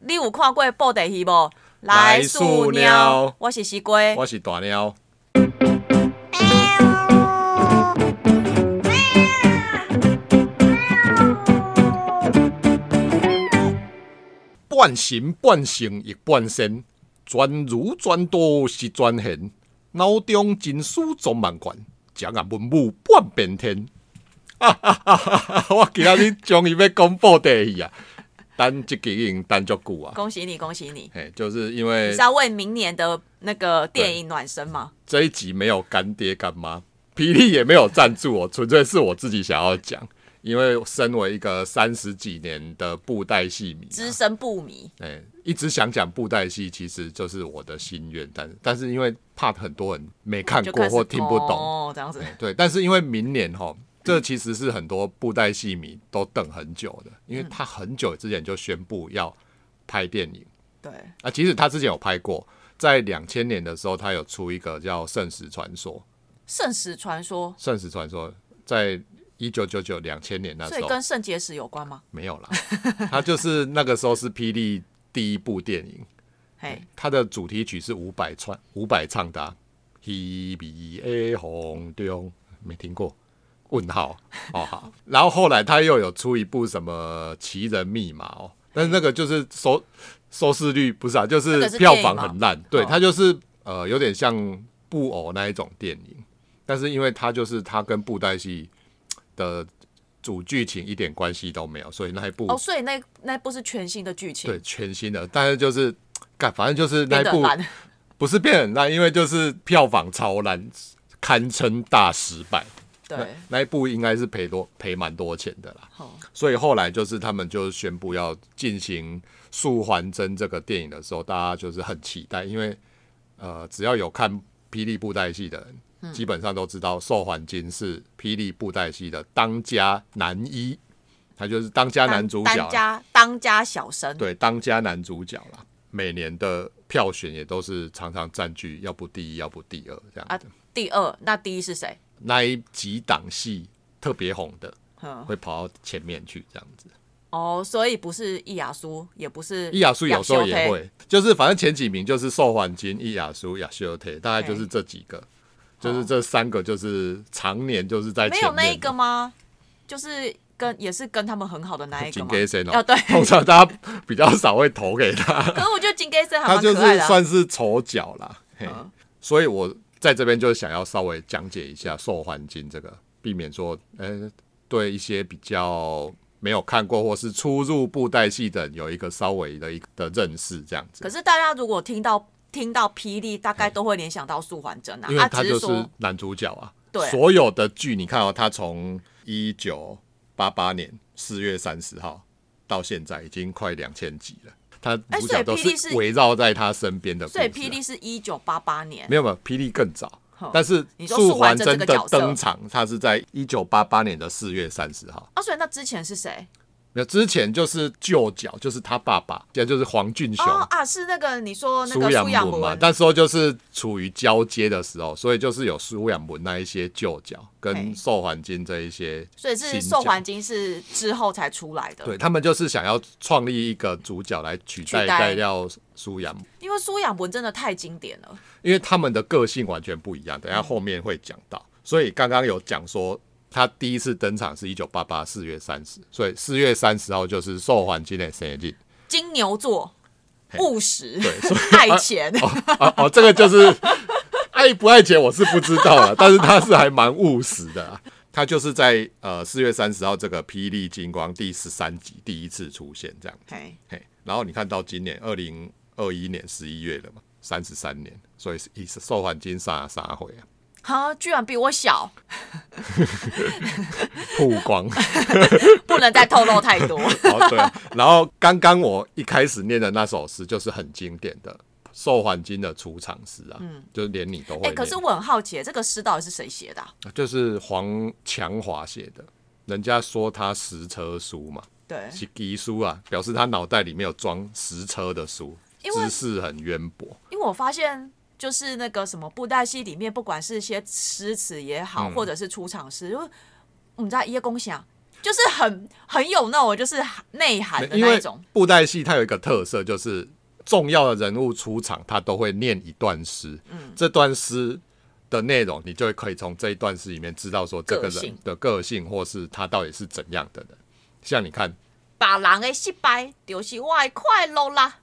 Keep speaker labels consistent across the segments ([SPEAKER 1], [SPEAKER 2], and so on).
[SPEAKER 1] 你有看过布袋戏无？
[SPEAKER 2] 来塑鸟
[SPEAKER 1] 我是西瓜。
[SPEAKER 2] 我是大鸟。半神半性亦半仙，全儒全道是全贤，脑中尽书装万卷，掌握文武半边天。哈哈哈哈！我今仔日终于要讲布袋戏啊，等即集已经等足久啊。
[SPEAKER 1] 恭喜你，恭喜你！
[SPEAKER 2] 嘿，就是因
[SPEAKER 1] 你
[SPEAKER 2] 为
[SPEAKER 1] 是要为明年的那个电影暖身吗？
[SPEAKER 2] 这一集没有干爹干妈，霹雳也没有赞助我，纯粹是我自己想要讲。因为身为一个三十几年的布袋戏迷、啊，
[SPEAKER 1] 资深不迷，
[SPEAKER 2] 哎、一直想讲布袋戏，其实就是我的心愿，但但是因为怕很多人没看
[SPEAKER 1] 就
[SPEAKER 2] 过
[SPEAKER 1] 开始
[SPEAKER 2] 或听不懂，哎
[SPEAKER 1] 哦，这样子。
[SPEAKER 2] 对，但是因为明年哈，这其实是很多布袋戏迷都等很久的，因为他很久之前就宣布要拍电影
[SPEAKER 1] 对，
[SPEAKER 2] 啊，其实他之前有拍过，在两千年的时候，他有出一个叫《圣石传说》，
[SPEAKER 1] 圣石传说，
[SPEAKER 2] 《圣石传说》在一九九九两千年那
[SPEAKER 1] 所
[SPEAKER 2] 时
[SPEAKER 1] 以
[SPEAKER 2] 候
[SPEAKER 1] 跟肾结石有关吗？
[SPEAKER 2] 没有啦，他就是那个时候是霹雳第一部电影。
[SPEAKER 1] 嘿，
[SPEAKER 2] 它的主题曲是伍佰唱伍佰唱的、啊《希比的红中》，哦没听过？问号 哦好。然后后来他又有出一部什么《奇人密码》哦，但是那个就是收收视率不是啊，就
[SPEAKER 1] 那
[SPEAKER 2] 是
[SPEAKER 1] 个是
[SPEAKER 2] 票
[SPEAKER 1] 电影
[SPEAKER 2] 房
[SPEAKER 1] 吗
[SPEAKER 2] 很烂。对，
[SPEAKER 1] 哦
[SPEAKER 2] 它就是呃有点像布偶那一种电影，但是因为它就是它跟布袋戏的主剧情一点关系都没有，所以那一部
[SPEAKER 1] 哦，所以那那部是全新的剧情，
[SPEAKER 2] 嗯对，全新的，但是就是，干，反正就是那
[SPEAKER 1] 变
[SPEAKER 2] 一
[SPEAKER 1] 得
[SPEAKER 2] 部
[SPEAKER 1] 烂，
[SPEAKER 2] 不是变很烂，因为就是票房超烂，堪称大失败。
[SPEAKER 1] 对，
[SPEAKER 2] 那一部应该是赔多赔蛮多钱的啦。
[SPEAKER 1] 好，
[SPEAKER 2] 所以后来就是他们就宣布要进行《素还真》这个电影的时候，大家就是很期待，因为呃，只要有看霹雳布袋戏的人，基本上都知道寿还真是霹雳布袋戏的当家男一，他就是当家男主角
[SPEAKER 1] 当
[SPEAKER 2] 啦
[SPEAKER 1] 当。家当家小生，
[SPEAKER 2] 对当家男主角啦，每年的票选也都是常常占据要不第一，要不第二这样
[SPEAKER 1] 啊
[SPEAKER 2] 子。，
[SPEAKER 1] 第二，那第一是谁？
[SPEAKER 2] 那一几档戏特别红的，
[SPEAKER 1] 嗯，
[SPEAKER 2] 会跑到前面去这样子。
[SPEAKER 1] 哦，所以不是易雅苏，也不是
[SPEAKER 2] 伊雅苏有时候
[SPEAKER 1] 亚
[SPEAKER 2] 也
[SPEAKER 1] 修
[SPEAKER 2] 会，就是反正前几名就是寿环金、伊雅苏、亚修特，大概就是这几个，就是这三个就是常年就是在
[SPEAKER 1] 忒，哦没
[SPEAKER 2] 前
[SPEAKER 1] 有
[SPEAKER 2] 面的。
[SPEAKER 1] 那一个吗？就是跟也是跟他们很好的那一个
[SPEAKER 2] 金
[SPEAKER 1] 吗
[SPEAKER 2] 给谁？呢
[SPEAKER 1] 哦，对，
[SPEAKER 2] 通常大家比较少会投给他。
[SPEAKER 1] 可是我觉得金给森还
[SPEAKER 2] 他
[SPEAKER 1] 蛮
[SPEAKER 2] 就
[SPEAKER 1] 可爱
[SPEAKER 2] 是
[SPEAKER 1] 的啊，
[SPEAKER 2] 算是丑角啦，嘿
[SPEAKER 1] 嗯
[SPEAKER 2] 所以我在这边就想要稍微讲解一下受环境这个，避免说，呃、对一些比较没有看过或是初入布袋戏的人有一个稍微的一个的认识，这样子
[SPEAKER 1] 可。是大家如果听到听到霹雳，大概都会联想到素还真啊，
[SPEAKER 2] 因为
[SPEAKER 1] 啊
[SPEAKER 2] 他
[SPEAKER 1] 只
[SPEAKER 2] 就是是
[SPEAKER 1] 说
[SPEAKER 2] 男主角啊，
[SPEAKER 1] 对
[SPEAKER 2] 所有的剧你看哦，他从一九八八年四月三十号到现在已经快两千集了，他
[SPEAKER 1] 哎
[SPEAKER 2] 主
[SPEAKER 1] 所
[SPEAKER 2] 角
[SPEAKER 1] 以
[SPEAKER 2] 都
[SPEAKER 1] PD 是
[SPEAKER 2] 围绕在他身边的故事
[SPEAKER 1] 所
[SPEAKER 2] 啊、
[SPEAKER 1] 以霹雳是一九八八年
[SPEAKER 2] 没有没有，霹雳更早
[SPEAKER 1] 哼，
[SPEAKER 2] 但是
[SPEAKER 1] 你说
[SPEAKER 2] 素
[SPEAKER 1] 素还
[SPEAKER 2] 还
[SPEAKER 1] 真
[SPEAKER 2] 真
[SPEAKER 1] 这
[SPEAKER 2] 的
[SPEAKER 1] 个角色
[SPEAKER 2] 登场，它是在一九八八年的四月三十号。
[SPEAKER 1] 啊，所以那之前是谁？
[SPEAKER 2] 那之前就是舅角，就是他爸爸，现在就是黄俊雄、
[SPEAKER 1] 哦啊，是那个你说那个苏
[SPEAKER 2] 阳
[SPEAKER 1] 养
[SPEAKER 2] 文
[SPEAKER 1] 文
[SPEAKER 2] 嘛。那时候就是处于交接的时候，所以就是有苏养文那一些舅角跟
[SPEAKER 1] 嘿嗯
[SPEAKER 2] 寿环金这一些
[SPEAKER 1] 所以
[SPEAKER 2] 行
[SPEAKER 1] 是
[SPEAKER 2] 脚
[SPEAKER 1] 受环境是之后才出来的。
[SPEAKER 2] 对他们就是想要创立一个主角来取代
[SPEAKER 1] 取代
[SPEAKER 2] 代掉苏阳，
[SPEAKER 1] 因为苏养文真的太经典了，
[SPEAKER 2] 因为他们的个性完全不一样，等一下后面会讲到。所以刚刚有讲说，他第一次登场是一九八八四月三十，所以四月三十号就是寿环金的生日。
[SPEAKER 1] 金牛座务实
[SPEAKER 2] 对，所以
[SPEAKER 1] 爱钱，
[SPEAKER 2] 哦哦，这个就是 爱不爱钱我是不知道 了，但是他是还蛮务实的啊、他就是在呃四月三十号这个《霹雳金光》第十三集第一次出现这样。
[SPEAKER 1] 嘿，
[SPEAKER 2] 嘿，然后你看到今年二零二一年十一月了嘛，三十三年，所以是一寿环金啥啥回啊。
[SPEAKER 1] 哈，居然比我小，
[SPEAKER 2] 曝光。
[SPEAKER 1] 不能再透露太 多。
[SPEAKER 2] 哦，对。然后刚刚我一开始念的那首诗就是很经典的寿环金的出场诗啊，就是连你都会
[SPEAKER 1] 哎、
[SPEAKER 2] 念。
[SPEAKER 1] 可是我很好奇，这个诗到底是谁写的啊、
[SPEAKER 2] 就是黄强华写的，人家说他实车书嘛，
[SPEAKER 1] 对，
[SPEAKER 2] 是遗书啊，表示他脑袋里面有装实车的书，
[SPEAKER 1] 因为
[SPEAKER 2] 知识很渊博。
[SPEAKER 1] 因为我发现。就是那个什么布袋戏里
[SPEAKER 2] 嗯
[SPEAKER 1] 面，不管是一些诗词也好，或者是出场诗，因为我们在叶公想，就是很很有那种就是内涵的
[SPEAKER 2] 因
[SPEAKER 1] 那一
[SPEAKER 2] 为
[SPEAKER 1] 种。
[SPEAKER 2] 布袋戏它有一个特色，就是重要的人物出场，他都会念一段诗。嗯，这段诗的内容，你就可以从这一段诗里面知道说这个
[SPEAKER 1] 个
[SPEAKER 2] 人
[SPEAKER 1] 性
[SPEAKER 2] 的个性，或是他到底是怎样的人。像你看，
[SPEAKER 1] 把人的失败就是我的快乐啦。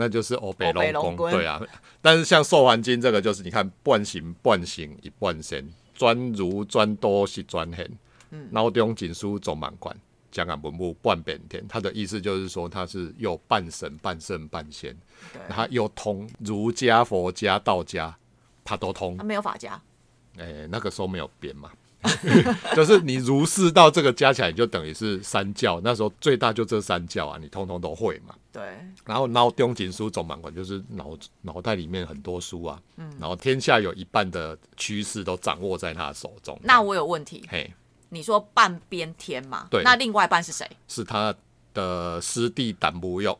[SPEAKER 2] 那就是欧北
[SPEAKER 1] 黑白
[SPEAKER 2] 龙
[SPEAKER 1] 龙
[SPEAKER 2] 宫，
[SPEAKER 1] 宫
[SPEAKER 2] 对啊。但是像寿环经这个，就是你看半形半形一半身，专如专多是专横，脑中锦书总满贯，江南文物半边天。他的意思就是说，他是又半神半圣半仙，
[SPEAKER 1] 对，
[SPEAKER 2] 他又通儒家、佛家、道家，他都通
[SPEAKER 1] 他。啊没有法家，
[SPEAKER 2] 哎、那个时候没有编嘛。 就是你儒释道这个加起来，你就等于是三教。那时候最大就这三教啊，你通通都会嘛。
[SPEAKER 1] 对，
[SPEAKER 2] 然后脑中锦书总满贯，就是脑脑袋里面很多书啊，
[SPEAKER 1] 嗯
[SPEAKER 2] 然后天下有一半的趋势都掌握在他的手中。
[SPEAKER 1] 那我有问题，
[SPEAKER 2] 嘿，
[SPEAKER 1] 你说半边天嘛？
[SPEAKER 2] 对
[SPEAKER 1] 那另外一半是谁？
[SPEAKER 2] 是他的师弟谭无用，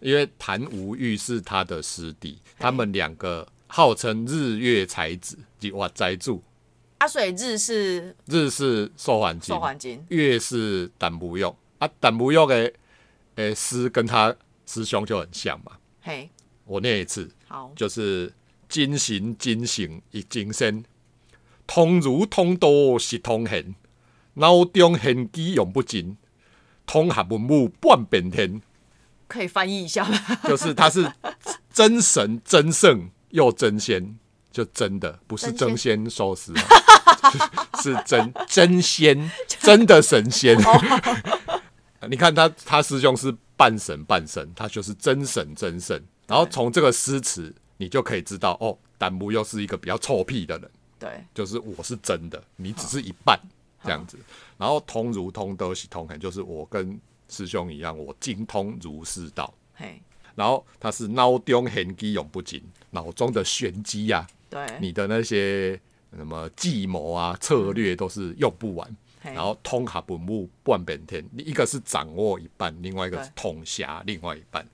[SPEAKER 2] 因为谭无欲是他的师弟，他们两个号称日月才子，即哇宅柱，
[SPEAKER 1] 阿水啊日是
[SPEAKER 2] 日是寿环金
[SPEAKER 1] 受，环境，
[SPEAKER 2] 月是谭无用啊，谭无用的诶师跟他师兄就很像嘛。
[SPEAKER 1] 嘿，
[SPEAKER 2] 我念一次，
[SPEAKER 1] 好，
[SPEAKER 2] 就是精行精行一精神，通如通道是通行，脑中玄机用不尽，通合文武半边天，
[SPEAKER 1] 可以翻译一下吗？
[SPEAKER 2] 就是他是真神真圣又真仙，就真的不是
[SPEAKER 1] 真
[SPEAKER 2] 争先寿司、啊，是是真真仙，真的神仙。 你看他他师兄是半神半神，他就是真神真圣。然后从这个诗词，你就可以知道哦，丹木又是一个比较臭屁的人，
[SPEAKER 1] 对，
[SPEAKER 2] 就是我是真的，你只是一半这样子。然后通如通德喜通很，就是我跟师兄一样，我精通儒释道。
[SPEAKER 1] 嘿，
[SPEAKER 2] 然后它是脑中玄机永不尽，脑中的玄机呀、
[SPEAKER 1] 对，
[SPEAKER 2] 你的那些什么计谋啊、策略都是用不完。
[SPEAKER 1] 嘿
[SPEAKER 2] 然后通合本木半边天，你一个是掌握一半，另外一个是统辖另外一半，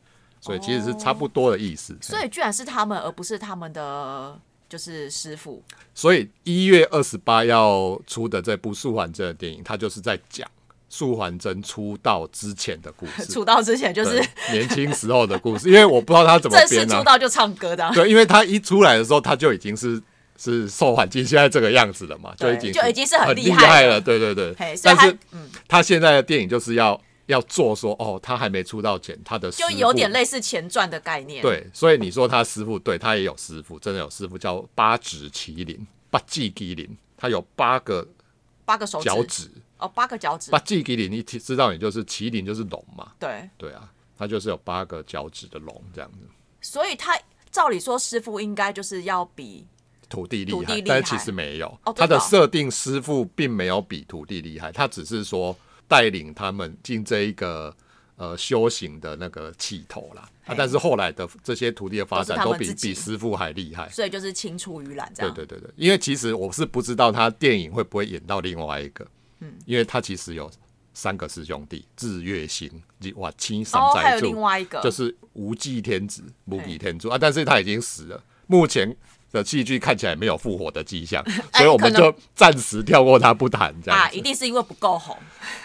[SPEAKER 2] 所以其实是差不多的意思。
[SPEAKER 1] 哦所以居然是他们，而不是他们的就是师傅。
[SPEAKER 2] 所以一月二十八要出的这部素还真的电影，它就是在讲素还真出道之前的故事，
[SPEAKER 1] 出道之前就是
[SPEAKER 2] 对年轻时候的故事。因为我不知道他怎么
[SPEAKER 1] 正式
[SPEAKER 2] 编啊，
[SPEAKER 1] 出道就唱歌 的啊、
[SPEAKER 2] 对，因为他一出来的时候，他就已经是是受环境现在这个样子了嘛，就
[SPEAKER 1] 对
[SPEAKER 2] 已经
[SPEAKER 1] 就已经是很
[SPEAKER 2] 很
[SPEAKER 1] 厉
[SPEAKER 2] 厉
[SPEAKER 1] 害
[SPEAKER 2] 害
[SPEAKER 1] 了
[SPEAKER 2] 了，对对对
[SPEAKER 1] 嘿。所以
[SPEAKER 2] 但
[SPEAKER 1] 他嗯
[SPEAKER 2] 是他现在的电影就是要要做说，哦，他还没出道前，他的
[SPEAKER 1] 就
[SPEAKER 2] 师
[SPEAKER 1] 有
[SPEAKER 2] 傅
[SPEAKER 1] 点类似前传的概念。，
[SPEAKER 2] 对，所以你说他师傅，对他也有师傅，真的有师傅叫八指麒麟，八季麒麟，他有八个
[SPEAKER 1] 八个手指，
[SPEAKER 2] 脚趾，
[SPEAKER 1] 哦，八个脚趾
[SPEAKER 2] 八，季麒麟，你知知道你就是麒麟就是龙嘛，
[SPEAKER 1] 对，
[SPEAKER 2] 对啊，他就是有八个脚趾的龙这样子。
[SPEAKER 1] 所以他照理说师傅应该就是要比
[SPEAKER 2] 土地厉
[SPEAKER 1] 土地
[SPEAKER 2] 害，
[SPEAKER 1] 厉
[SPEAKER 2] 但
[SPEAKER 1] 害
[SPEAKER 2] 其实没有。
[SPEAKER 1] 哦真的哦
[SPEAKER 2] 他的设定师傅并没有比土地厉害，他只是说带领他们进这一个呃修行的那个气头啦。啊
[SPEAKER 1] 嘿，
[SPEAKER 2] 但是后来的这些土地的发
[SPEAKER 1] 都是
[SPEAKER 2] 展
[SPEAKER 1] 他
[SPEAKER 2] 都
[SPEAKER 1] 们
[SPEAKER 2] 比
[SPEAKER 1] 自己
[SPEAKER 2] 比师傅还厉害。
[SPEAKER 1] 所以就是青出于蓝这
[SPEAKER 2] 对
[SPEAKER 1] 样。
[SPEAKER 2] 对对对，因为其实我是不知道他电影会不会演到另外一个，嗯，因为他其实有三个师兄弟，日月星、日哇青三
[SPEAKER 1] 哦，还
[SPEAKER 2] 寨
[SPEAKER 1] 有
[SPEAKER 2] 柱，
[SPEAKER 1] 另外一个，
[SPEAKER 2] 就是无忌天子、无忌天柱啊，但是他已经死了，目前的戏剧看起来没有复活的迹 象，所以我们
[SPEAKER 1] 哎可能
[SPEAKER 2] 就暂时跳过他不谈，这样
[SPEAKER 1] 啊，
[SPEAKER 2] 子、
[SPEAKER 1] 一定是因为不够红，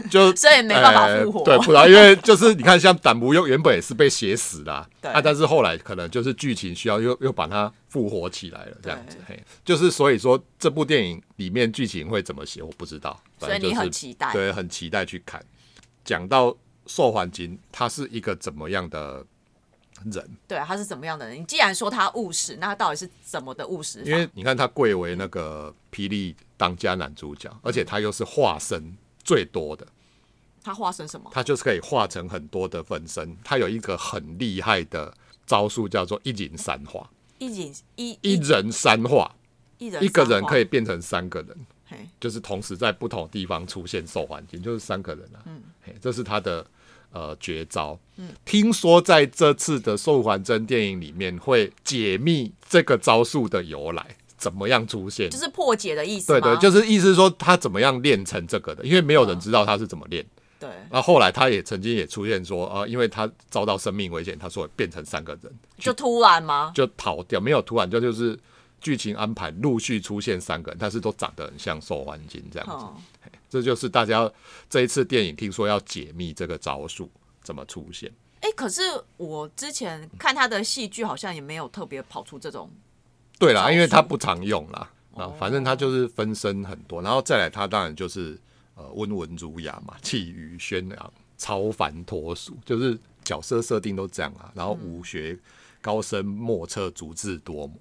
[SPEAKER 2] 就
[SPEAKER 1] 所以没办法复活
[SPEAKER 2] 呃对，不然因为就是你看，像胆不用原本也是被写死的啊，
[SPEAKER 1] 对
[SPEAKER 2] 啊，但是后来可能就是剧情需要又又把它复活起来了，这样子，嘿，就是所以说这部电影里面剧情会怎么写，我不知道，
[SPEAKER 1] 所以
[SPEAKER 2] 反正
[SPEAKER 1] 你
[SPEAKER 2] 就是
[SPEAKER 1] 很期待
[SPEAKER 2] 对，很期待去看。讲到受环境，他是一个怎么样的人？
[SPEAKER 1] 对，他是怎么样的人？你既然说他务实，那他到底是怎么的务实法？
[SPEAKER 2] 因为你看他贵为那个霹雳当家男主角，而且他又是化身最多的，
[SPEAKER 1] 他化身什么？
[SPEAKER 2] 他就是可以化成很多的分身。他有一个很厉害的招数，叫做一人三化，
[SPEAKER 1] 一人一
[SPEAKER 2] 一人三化，
[SPEAKER 1] 一人
[SPEAKER 2] 一个人
[SPEAKER 1] 三话
[SPEAKER 2] 可以变成三个人，
[SPEAKER 1] 嘿
[SPEAKER 2] 就是同时在不同地方出现受环境，就是三个人啊。嗯，这是他的呃绝招。嗯，听说在这次的受环真电影里面会解密这个招数的由来，怎么样出现？
[SPEAKER 1] 就是破解的意思
[SPEAKER 2] 对
[SPEAKER 1] 吗？
[SPEAKER 2] 对，就是意思是说他怎么样练成这个的，因为没有人知道他是怎么练。
[SPEAKER 1] 对，
[SPEAKER 2] 那、后来他也曾经也出现说，呃，因为他遭到生命危险，他说变成三个人
[SPEAKER 1] 就突然吗？
[SPEAKER 2] 就逃掉，没有突然就就是剧情安排陆续出现三个人，但是都长得很像寿环金这样子。
[SPEAKER 1] 嗯，
[SPEAKER 2] 这就是大家这一次电影听说要解密这个招数怎么出现。
[SPEAKER 1] 哎、可是我之
[SPEAKER 2] 嗯
[SPEAKER 1] 前看他的戏剧，好像也没有特别跑出这种
[SPEAKER 2] 对
[SPEAKER 1] 招
[SPEAKER 2] 啦，
[SPEAKER 1] 数
[SPEAKER 2] 因为他不常用啦，啊，反正他就是分身很多，然后再来他当然就是呃温文儒雅嘛， 气宇轩昂，超凡脱俗，就是角色设定都这样啊。然后武学高深莫测，足智多谋，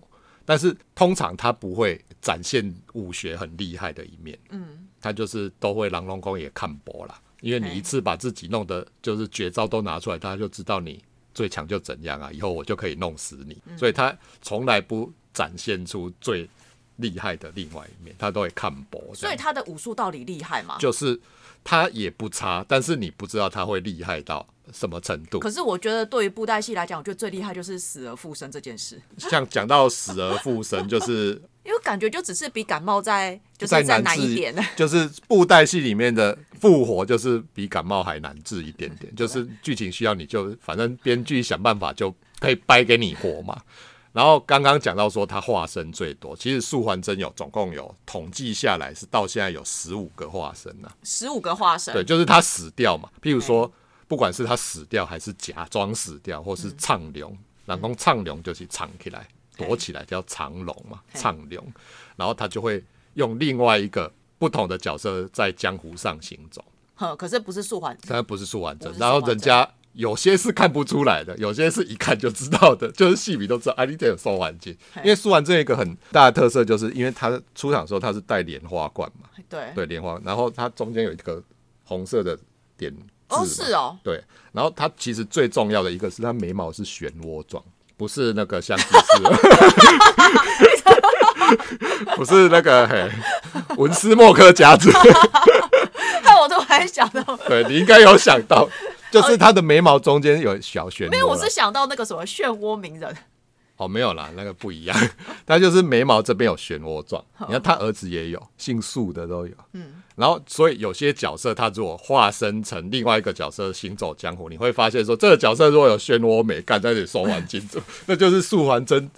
[SPEAKER 2] 但是通常他不会展现武学很厉害的一面，嗯，他就是都会狼龙宫也看博啦。因为你一次把自己弄得就是绝招都拿出来，大家就知道你最强就怎样啊，以后我就可以弄死你。
[SPEAKER 1] 嗯
[SPEAKER 2] 所以他从来不展现出最厉害的另外一面，他都会看薄。这
[SPEAKER 1] 所以
[SPEAKER 2] 样
[SPEAKER 1] 他的武术到底厉害吗？
[SPEAKER 2] 就是他也不差，但是你不知道他会厉害到什么程度。
[SPEAKER 1] 可是我觉得对于布袋戏来讲，我觉得最厉害就是死而复生这件事，
[SPEAKER 2] 像讲到死而复生，就是
[SPEAKER 1] 因为感觉就只是比感冒再就是
[SPEAKER 2] 再
[SPEAKER 1] 再
[SPEAKER 2] 难
[SPEAKER 1] 难
[SPEAKER 2] 治
[SPEAKER 1] 一点。
[SPEAKER 2] 就是布袋戏里面的复活，就是比感冒还难治一点点。就是剧情需要，你就反正编剧想办法就可以掰给你活嘛。然后刚刚讲到说他化身最多，其实素还真有总共有统计下来是到现在有十五个化身啊呐、
[SPEAKER 1] 十五个化身，
[SPEAKER 2] 对，就是他死掉嘛。譬如说，不管是他死掉，还是假装死掉，或
[SPEAKER 1] 嗯
[SPEAKER 2] 是唱龙，然后唱龙就是藏起来、
[SPEAKER 1] 嘿
[SPEAKER 2] 躲起来，叫藏龙嘛，
[SPEAKER 1] 嘿
[SPEAKER 2] 唱龙。然后他就会用另外一个不同的角色在江湖上行走，
[SPEAKER 1] 哼，可是不是素环，
[SPEAKER 2] 当然不是素完整
[SPEAKER 1] 不。是素
[SPEAKER 2] 然后
[SPEAKER 1] 还
[SPEAKER 2] 人
[SPEAKER 1] 真
[SPEAKER 2] 家有些是看不出来的，有些是一看就知道的，就是戏迷都知道。啊，你这有素还真，
[SPEAKER 1] 嘿
[SPEAKER 2] 因为素还真有一个很大的特色，就是因为他出场的时候他是戴莲花冠嘛，
[SPEAKER 1] 对，
[SPEAKER 2] 对，莲花，然后它中间有一个红色的点痣嘛。
[SPEAKER 1] 哦是哦，
[SPEAKER 2] 对，然后它其实最重要的一个是它眉毛是漩涡状，不是那个香吉士， 不是那个嘿文斯莫克夹子，
[SPEAKER 1] 害我突然想到，
[SPEAKER 2] 对你应该有想到，就是它的眉毛中间有小漩涡啦。
[SPEAKER 1] 没有，我是想到那个什么漩涡鸣人，
[SPEAKER 2] 哦，没有啦，那个不一样，它就是眉毛这边有漩涡状。你看他儿子也有，姓素的都有。嗯，然后所以有些角色他如果化身成另外一个角色行走江湖，你会发现说这个角色如果有漩涡美干在这里手环金主， 那就是素还真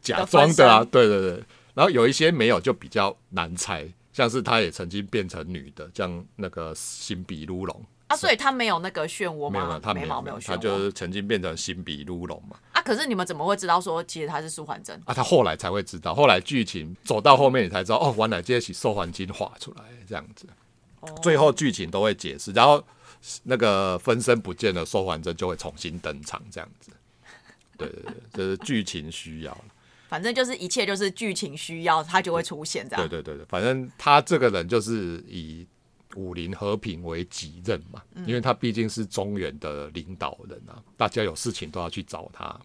[SPEAKER 2] 假装的啊。
[SPEAKER 1] 的
[SPEAKER 2] 对对对，然后有一些没有就比较难猜，像是她也曾经变成女的，像那个新比卢龙。
[SPEAKER 1] 啊，所以他没有那个漩涡
[SPEAKER 2] 没有
[SPEAKER 1] 吗
[SPEAKER 2] 啦，？他
[SPEAKER 1] 哦眉
[SPEAKER 2] 没
[SPEAKER 1] 毛
[SPEAKER 2] 有
[SPEAKER 1] 没有，漩
[SPEAKER 2] 他
[SPEAKER 1] 涡，
[SPEAKER 2] 就是曾经变成新比卢龙嘛。
[SPEAKER 1] 啊，可是你们怎么会知道说其实他是舒缓真？
[SPEAKER 2] 啊，他后来才会知道，后来剧情走到后面你才知道，哦，原来这些是受环境画出来的这样子，最后剧情都会解释，然后那个分身不见了，受环真就会重新登场这样子。对对对，这是剧情需要。
[SPEAKER 1] 反正就是一切就是剧情需要，他就会出现这
[SPEAKER 2] 对
[SPEAKER 1] 样。
[SPEAKER 2] 对对对，反正他这个人就是以武林和平为己任嘛，
[SPEAKER 1] 嗯
[SPEAKER 2] 因为他毕竟是中原的领导人啊，大家有事情都要去找他，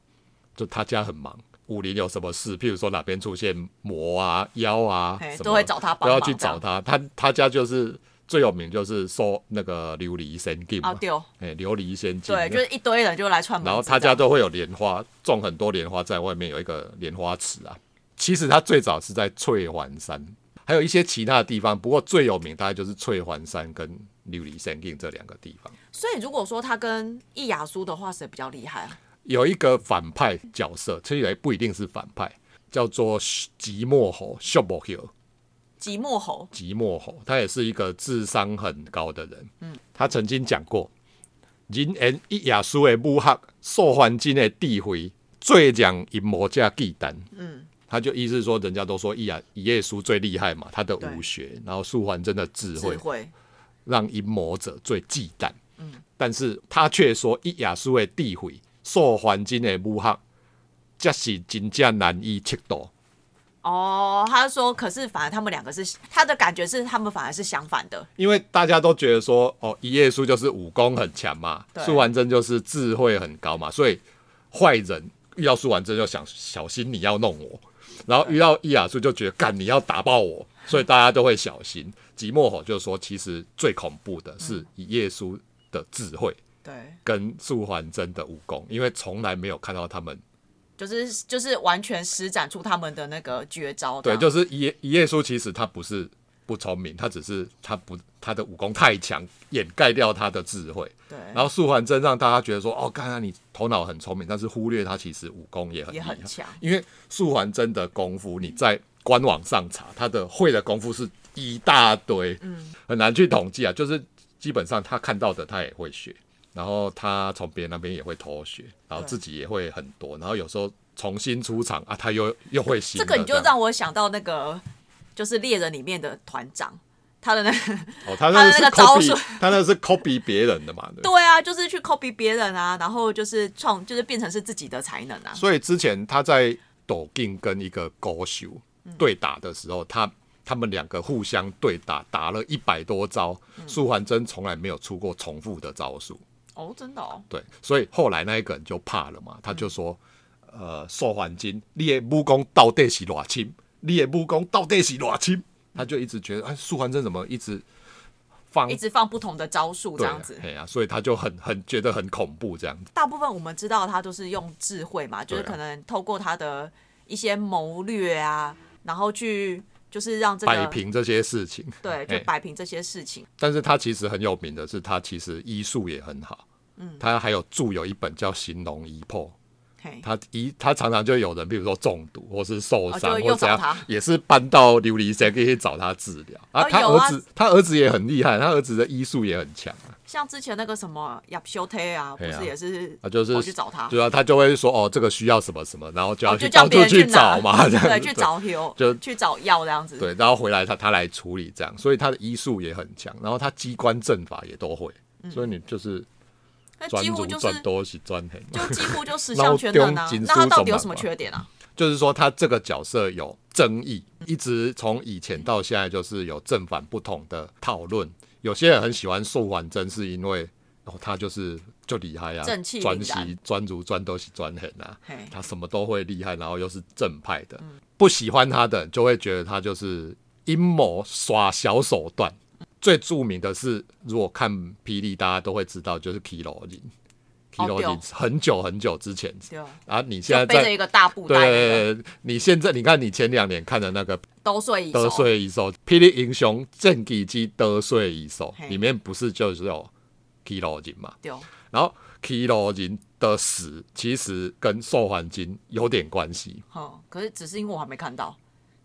[SPEAKER 2] 就他家很忙。武林有什么事，譬如说哪边出现魔啊、妖啊
[SPEAKER 1] 嘿，
[SPEAKER 2] 什么
[SPEAKER 1] 都会找他帮
[SPEAKER 2] 都要
[SPEAKER 1] 忙
[SPEAKER 2] 去
[SPEAKER 1] 这
[SPEAKER 2] 找
[SPEAKER 1] 样
[SPEAKER 2] 他。他他家就是最有名，就是收那个琉璃仙境
[SPEAKER 1] 啊，
[SPEAKER 2] 嘛，
[SPEAKER 1] 对哦，
[SPEAKER 2] 哎、琉璃仙境，
[SPEAKER 1] 对，就是一堆人就来串门子这样，
[SPEAKER 2] 然后他家都会有莲花，种很多莲花在外面有一个莲花池啊。其实他最早是在翠环山，还有一些其他的地方，不过最有名大概就是翠环山跟琉璃山境这两个地方。
[SPEAKER 1] 所以如果说他跟易雅苏的话，谁比较厉害啊？
[SPEAKER 2] 有一个反派角色，其实也不一定是反派，叫做即墨侯 s h o b o h i l
[SPEAKER 1] 即墨侯
[SPEAKER 2] 即墨侯，他也是一个智商很高的人。嗯，他曾经讲过，人言一耶稣的武学，受环境的智慧，最讲淫魔加忌惮。嗯，他就意思说，人家都说一耶一耶稣最厉害嘛，他的
[SPEAKER 1] 对
[SPEAKER 2] 武学，然后素还真的智慧
[SPEAKER 1] 智，慧，
[SPEAKER 2] 让淫魔者最忌惮。嗯，但是他却说一耶稣的智慧，受环境的武学，这是真正难以测度。
[SPEAKER 1] 哦，他说，可是反而他们两个是他的感觉是他们反而是相反的，
[SPEAKER 2] 因为大家都觉得说，哦，一页书就是武功很强嘛，
[SPEAKER 1] 对
[SPEAKER 2] 苏完真就是智慧很高嘛，所以坏人遇到苏完真就想小心你要弄我，然后遇到伊雅苏就觉得干你要打爆我，所以大家都会小心。即墨吼就说，其实最恐怖的是一页书的智慧
[SPEAKER 1] 对，
[SPEAKER 2] 跟素还真的武功，因为从来没有看到他们
[SPEAKER 1] 就是就是完全施展出他们的那个绝招这
[SPEAKER 2] 对，
[SPEAKER 1] 样，
[SPEAKER 2] 就是一页一页书，其实他不是不聪明，他只是他不他的武功太强，掩盖掉他的智慧。
[SPEAKER 1] 对，
[SPEAKER 2] 然后素还真让大家觉得说，哦，刚刚你头脑很聪明，但是忽略他其实武功也很厉
[SPEAKER 1] 也
[SPEAKER 2] 害
[SPEAKER 1] 很强
[SPEAKER 2] 因为素还真的功夫，你在官网上查，他的会的功夫是一大堆，
[SPEAKER 1] 嗯，
[SPEAKER 2] 很难去统计啊。就是基本上他看到的他也会学，然后他从别人那边也会偷学，然后
[SPEAKER 1] 对
[SPEAKER 2] 自己也会很多，然后有时候重新出场啊，他又又会新
[SPEAKER 1] 这
[SPEAKER 2] 的
[SPEAKER 1] 个你就
[SPEAKER 2] 样
[SPEAKER 1] 让我想到那个就是猎人里面的团长，他的那个
[SPEAKER 2] 哦，
[SPEAKER 1] 他
[SPEAKER 2] 他那
[SPEAKER 1] 的
[SPEAKER 2] 个是
[SPEAKER 1] 那个招
[SPEAKER 2] copy，
[SPEAKER 1] 数
[SPEAKER 2] 他那个是 copy 别人的嘛，对
[SPEAKER 1] 对啊，就是去 copy 别人啊，然后就是创，就是变成是自己的才能啊。
[SPEAKER 2] 所以之前他在抖劲跟一个高手对打的时候，他他们两个互相对打，打了一百多招，
[SPEAKER 1] 嗯
[SPEAKER 2] 苏环真从来没有出过重复的招数。
[SPEAKER 1] 哦，真的哦，
[SPEAKER 2] 对，所以后来那一个人就怕了嘛，他就说：“呃，受环境，你的武功到底是偌深？你的武功到底是偌深？”他就一直觉得，哎，苏环真怎么一直放
[SPEAKER 1] 一直放不同的招数这
[SPEAKER 2] 对
[SPEAKER 1] 样
[SPEAKER 2] 啊
[SPEAKER 1] 子，。
[SPEAKER 2] 哎呀、所以他就很很觉得很恐怖这样子。
[SPEAKER 1] 大部分我们知道他都是用智慧嘛，就是
[SPEAKER 2] 对啊
[SPEAKER 1] 可能透过他的一些谋略啊，然后去就是让这
[SPEAKER 2] 摆
[SPEAKER 1] 个
[SPEAKER 2] 平这些事情，
[SPEAKER 1] 对，就
[SPEAKER 2] 哎
[SPEAKER 1] 摆平这些事情。
[SPEAKER 2] 但是他其实很有名的是，他其实医术也很好。嗯，他还有著有一本叫《形容医破》，
[SPEAKER 1] 嘿，
[SPEAKER 2] 他医他常常就有人，比如说中毒或是受伤、
[SPEAKER 1] 哦就
[SPEAKER 2] 或
[SPEAKER 1] 又
[SPEAKER 2] 者怎
[SPEAKER 1] 找
[SPEAKER 2] 样
[SPEAKER 1] 他，
[SPEAKER 2] 也是搬到琉璃山可以找他治疗啊。
[SPEAKER 1] 哦
[SPEAKER 2] 他
[SPEAKER 1] 有啊
[SPEAKER 2] 儿子他儿子也很厉害，他儿子的医术也很强啊。
[SPEAKER 1] 像之前那个什么亚修特啊，不
[SPEAKER 2] 嘿啊
[SPEAKER 1] 是也是
[SPEAKER 2] 他就是
[SPEAKER 1] 哦我去找他，
[SPEAKER 2] 对啊，他就会说哦，这个需要什么什么，然后就要
[SPEAKER 1] 哦
[SPEAKER 2] 去
[SPEAKER 1] 就
[SPEAKER 2] 到
[SPEAKER 1] 叫别
[SPEAKER 2] 处
[SPEAKER 1] 人
[SPEAKER 2] 去
[SPEAKER 1] 拿
[SPEAKER 2] 找嘛，这样
[SPEAKER 1] 对，
[SPEAKER 2] 子
[SPEAKER 1] 去找 heal，
[SPEAKER 2] 就
[SPEAKER 1] 去找药这样子。
[SPEAKER 2] 对，然后回来他他来处理这样，所以他的医术也很强，然后他机关阵法也都会，所以你就是
[SPEAKER 1] 嗯那
[SPEAKER 2] 专
[SPEAKER 1] 几乎
[SPEAKER 2] 儒
[SPEAKER 1] 就是
[SPEAKER 2] 专多是专黑嘛。
[SPEAKER 1] 就几乎 就十
[SPEAKER 2] 然后
[SPEAKER 1] 项全能
[SPEAKER 2] 丢
[SPEAKER 1] 啊
[SPEAKER 2] 锦。
[SPEAKER 1] 那他
[SPEAKER 2] 书
[SPEAKER 1] 到
[SPEAKER 2] 总
[SPEAKER 1] 底有
[SPEAKER 2] 版
[SPEAKER 1] 什么
[SPEAKER 2] 吧
[SPEAKER 1] 缺点啊？
[SPEAKER 2] 就是说他这个角色有争议，一直从以前到现在就是有正反不同的讨论。有些人很喜欢素婉珍，是因为哦，他就是就厉害啊，
[SPEAKER 1] 正气凛
[SPEAKER 2] 专
[SPEAKER 1] 然
[SPEAKER 2] 习专儒专都是专很啊
[SPEAKER 1] 嘿，
[SPEAKER 2] 他什么都会厉害，然后又是正派的。不喜欢他的人就会觉得他就是阴谋耍小手段。最著名的是，如果看霹雳，大家都会知道，就是 Kilo 林
[SPEAKER 1] 哦
[SPEAKER 2] ，Kilo
[SPEAKER 1] 对哦
[SPEAKER 2] 林很久很久之前
[SPEAKER 1] 对啊，
[SPEAKER 2] 啊，你现
[SPEAKER 1] 就
[SPEAKER 2] 在
[SPEAKER 1] 背
[SPEAKER 2] 在
[SPEAKER 1] 着一个大布袋那个，
[SPEAKER 2] 对，你现在你看你前两年看的那个《
[SPEAKER 1] 兜碎一
[SPEAKER 2] 得
[SPEAKER 1] 手，
[SPEAKER 2] 税一手》《霹雳英雄正己之得税一手》
[SPEAKER 1] 嘿
[SPEAKER 2] 里面不是就是有 Kilo 金嘛？
[SPEAKER 1] 对哦，
[SPEAKER 2] 然后 Kilo 金的死其实跟受环金有点关系，
[SPEAKER 1] 哼，可是只是因为我还没看到，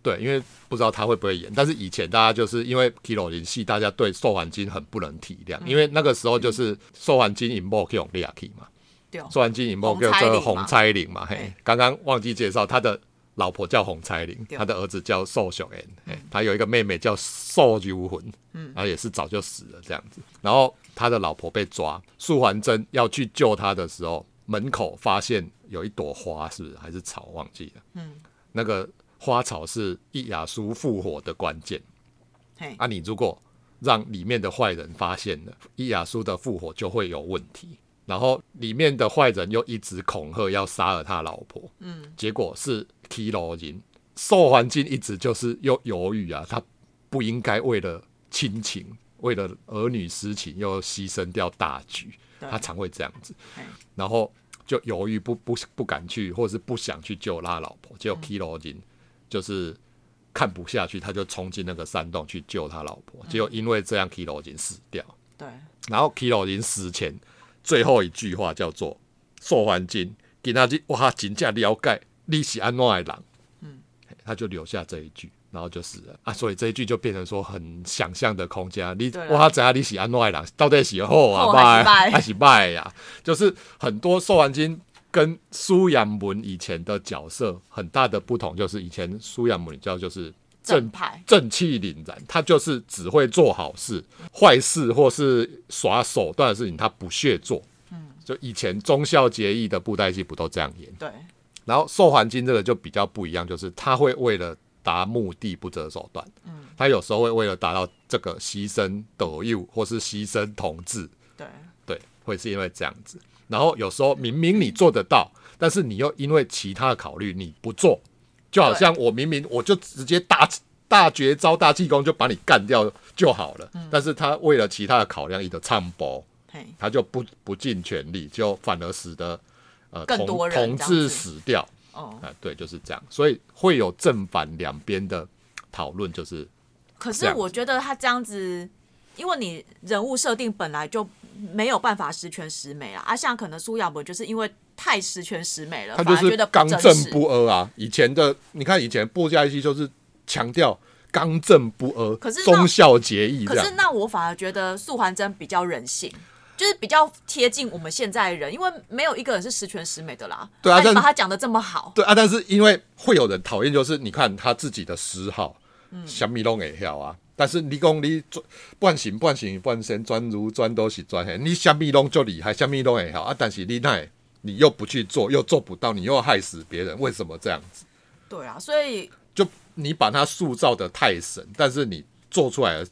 [SPEAKER 2] 对，因为不知道他会不会演，但是以前大家就是因为 Kilo 林戏，大家对受环金很不能体
[SPEAKER 1] 嗯
[SPEAKER 2] 谅，因为那个时候就是受环金 i m b o 用利亚 k 嘛，
[SPEAKER 1] 对哦，
[SPEAKER 2] 受环金 i m b o
[SPEAKER 1] 红差
[SPEAKER 2] 这
[SPEAKER 1] 玲
[SPEAKER 2] 红
[SPEAKER 1] 嘛
[SPEAKER 2] 差玲嘛，嘿
[SPEAKER 1] 嘿，
[SPEAKER 2] 刚刚忘记介绍他的老婆叫洪彩玲，
[SPEAKER 1] 对嗯
[SPEAKER 2] 他的儿子叫寿雄恩，哎他有一个妹妹叫寿如魂，嗯，然后也是早就死了这样子。然后他的老婆被抓，素还真要去救他的时候，门口发现有一朵花，是不是还是草忘记了？嗯，那个花草是易雅苏复活的关键
[SPEAKER 1] 嘿，
[SPEAKER 2] 啊！你如果让里面的坏人发现了，伊雅苏的复活就会有问题。然后里面的坏人又一直恐吓要杀了他老婆，结果是 Kilo 人受环境一直就是又犹豫啊，他不应该为了亲情、为了儿女私情又牺牲掉大局，
[SPEAKER 1] 对
[SPEAKER 2] 他常会这样子
[SPEAKER 1] 嘿，
[SPEAKER 2] 然后就犹豫不不不敢去，或者是不想去救他老婆，结果 Kilo 人就是。看不下去，他就冲进那个山洞去救他老婆，结果因为这样，Kilo 人死掉。
[SPEAKER 1] 对，
[SPEAKER 2] 然后 Kilo 临死前最后一句话叫做“受环境，给他去哇，真正了解你是安怎的人。”嗯，他就留下这一句，然后就死了啊。所以这一句就变成说很想象的空间啊，你
[SPEAKER 1] 对啦
[SPEAKER 2] 哇，知道你是安怎的人，到底是好啊，
[SPEAKER 1] 好还是
[SPEAKER 2] 歹
[SPEAKER 1] 歹
[SPEAKER 2] 还是歹呀、就是很多受环境。跟苏扬文以前的角色很大的不同，就是以前苏扬文你知道就是
[SPEAKER 1] 正派
[SPEAKER 2] 正气凛然，他就是只会做好事，坏事或是耍手段的事情他不屑做。嗯，就以前忠孝节义的布袋戏不都这样演？
[SPEAKER 1] 对，
[SPEAKER 2] 然后受环境这个就比较不一样，就是他会为了达目的不择手段。嗯，他有时候会为了达到这个牺牲德育或是牺牲同志，
[SPEAKER 1] 对，
[SPEAKER 2] 对，会是因为这样子。然后有时候明明你做得到，但是你又因为其他的考虑你不做，就好像我明明我就直接大大绝招大气功就把你干掉就好了，
[SPEAKER 1] 嗯
[SPEAKER 2] 但是他为了其他的考量，一个唱播，
[SPEAKER 1] 嘿，
[SPEAKER 2] 他就不不尽全力，就反而使得呃
[SPEAKER 1] 更多
[SPEAKER 2] 同
[SPEAKER 1] 人
[SPEAKER 2] 同
[SPEAKER 1] 这样子
[SPEAKER 2] 志死掉
[SPEAKER 1] 哦
[SPEAKER 2] 啊、，对，就是这样，所以会有正反两边的讨论，就是
[SPEAKER 1] 可
[SPEAKER 2] 这
[SPEAKER 1] 是
[SPEAKER 2] 样子
[SPEAKER 1] 我觉得他这样子，因为你人物设定本来就没有办法十全十美啊，啊，像可能苏亚文就是因为太十全十美了，
[SPEAKER 2] 他
[SPEAKER 1] 反
[SPEAKER 2] 就
[SPEAKER 1] 而觉
[SPEAKER 2] 是
[SPEAKER 1] 得
[SPEAKER 2] 刚
[SPEAKER 1] 真
[SPEAKER 2] 正
[SPEAKER 1] 实，
[SPEAKER 2] 不阿啊。以前的你看，以前布加西就是强调刚正不阿，
[SPEAKER 1] 可是那
[SPEAKER 2] 忠孝节义这
[SPEAKER 1] 可是
[SPEAKER 2] 样。
[SPEAKER 1] 那我反而觉得素还真比较人性，就是比较贴近我们现在的人，因为没有一个人是十全十美的啦。
[SPEAKER 2] 对啊
[SPEAKER 1] 那你
[SPEAKER 2] 但
[SPEAKER 1] 把他讲的这么好，
[SPEAKER 2] 对啊，但是因为会有人讨厌，就是你看他自己的嗜好，
[SPEAKER 1] 嗯
[SPEAKER 2] 什么拢会晓啊。但是你讲你专半行半行半身专如专都是专嘿，你什么拢就厉害，什么拢会晓啊。但是你那，你又不去做，又做不到，你又害死别人，为什么这样子？
[SPEAKER 1] 对啊，所以
[SPEAKER 2] 就你把它塑造的太神，但是你做出来的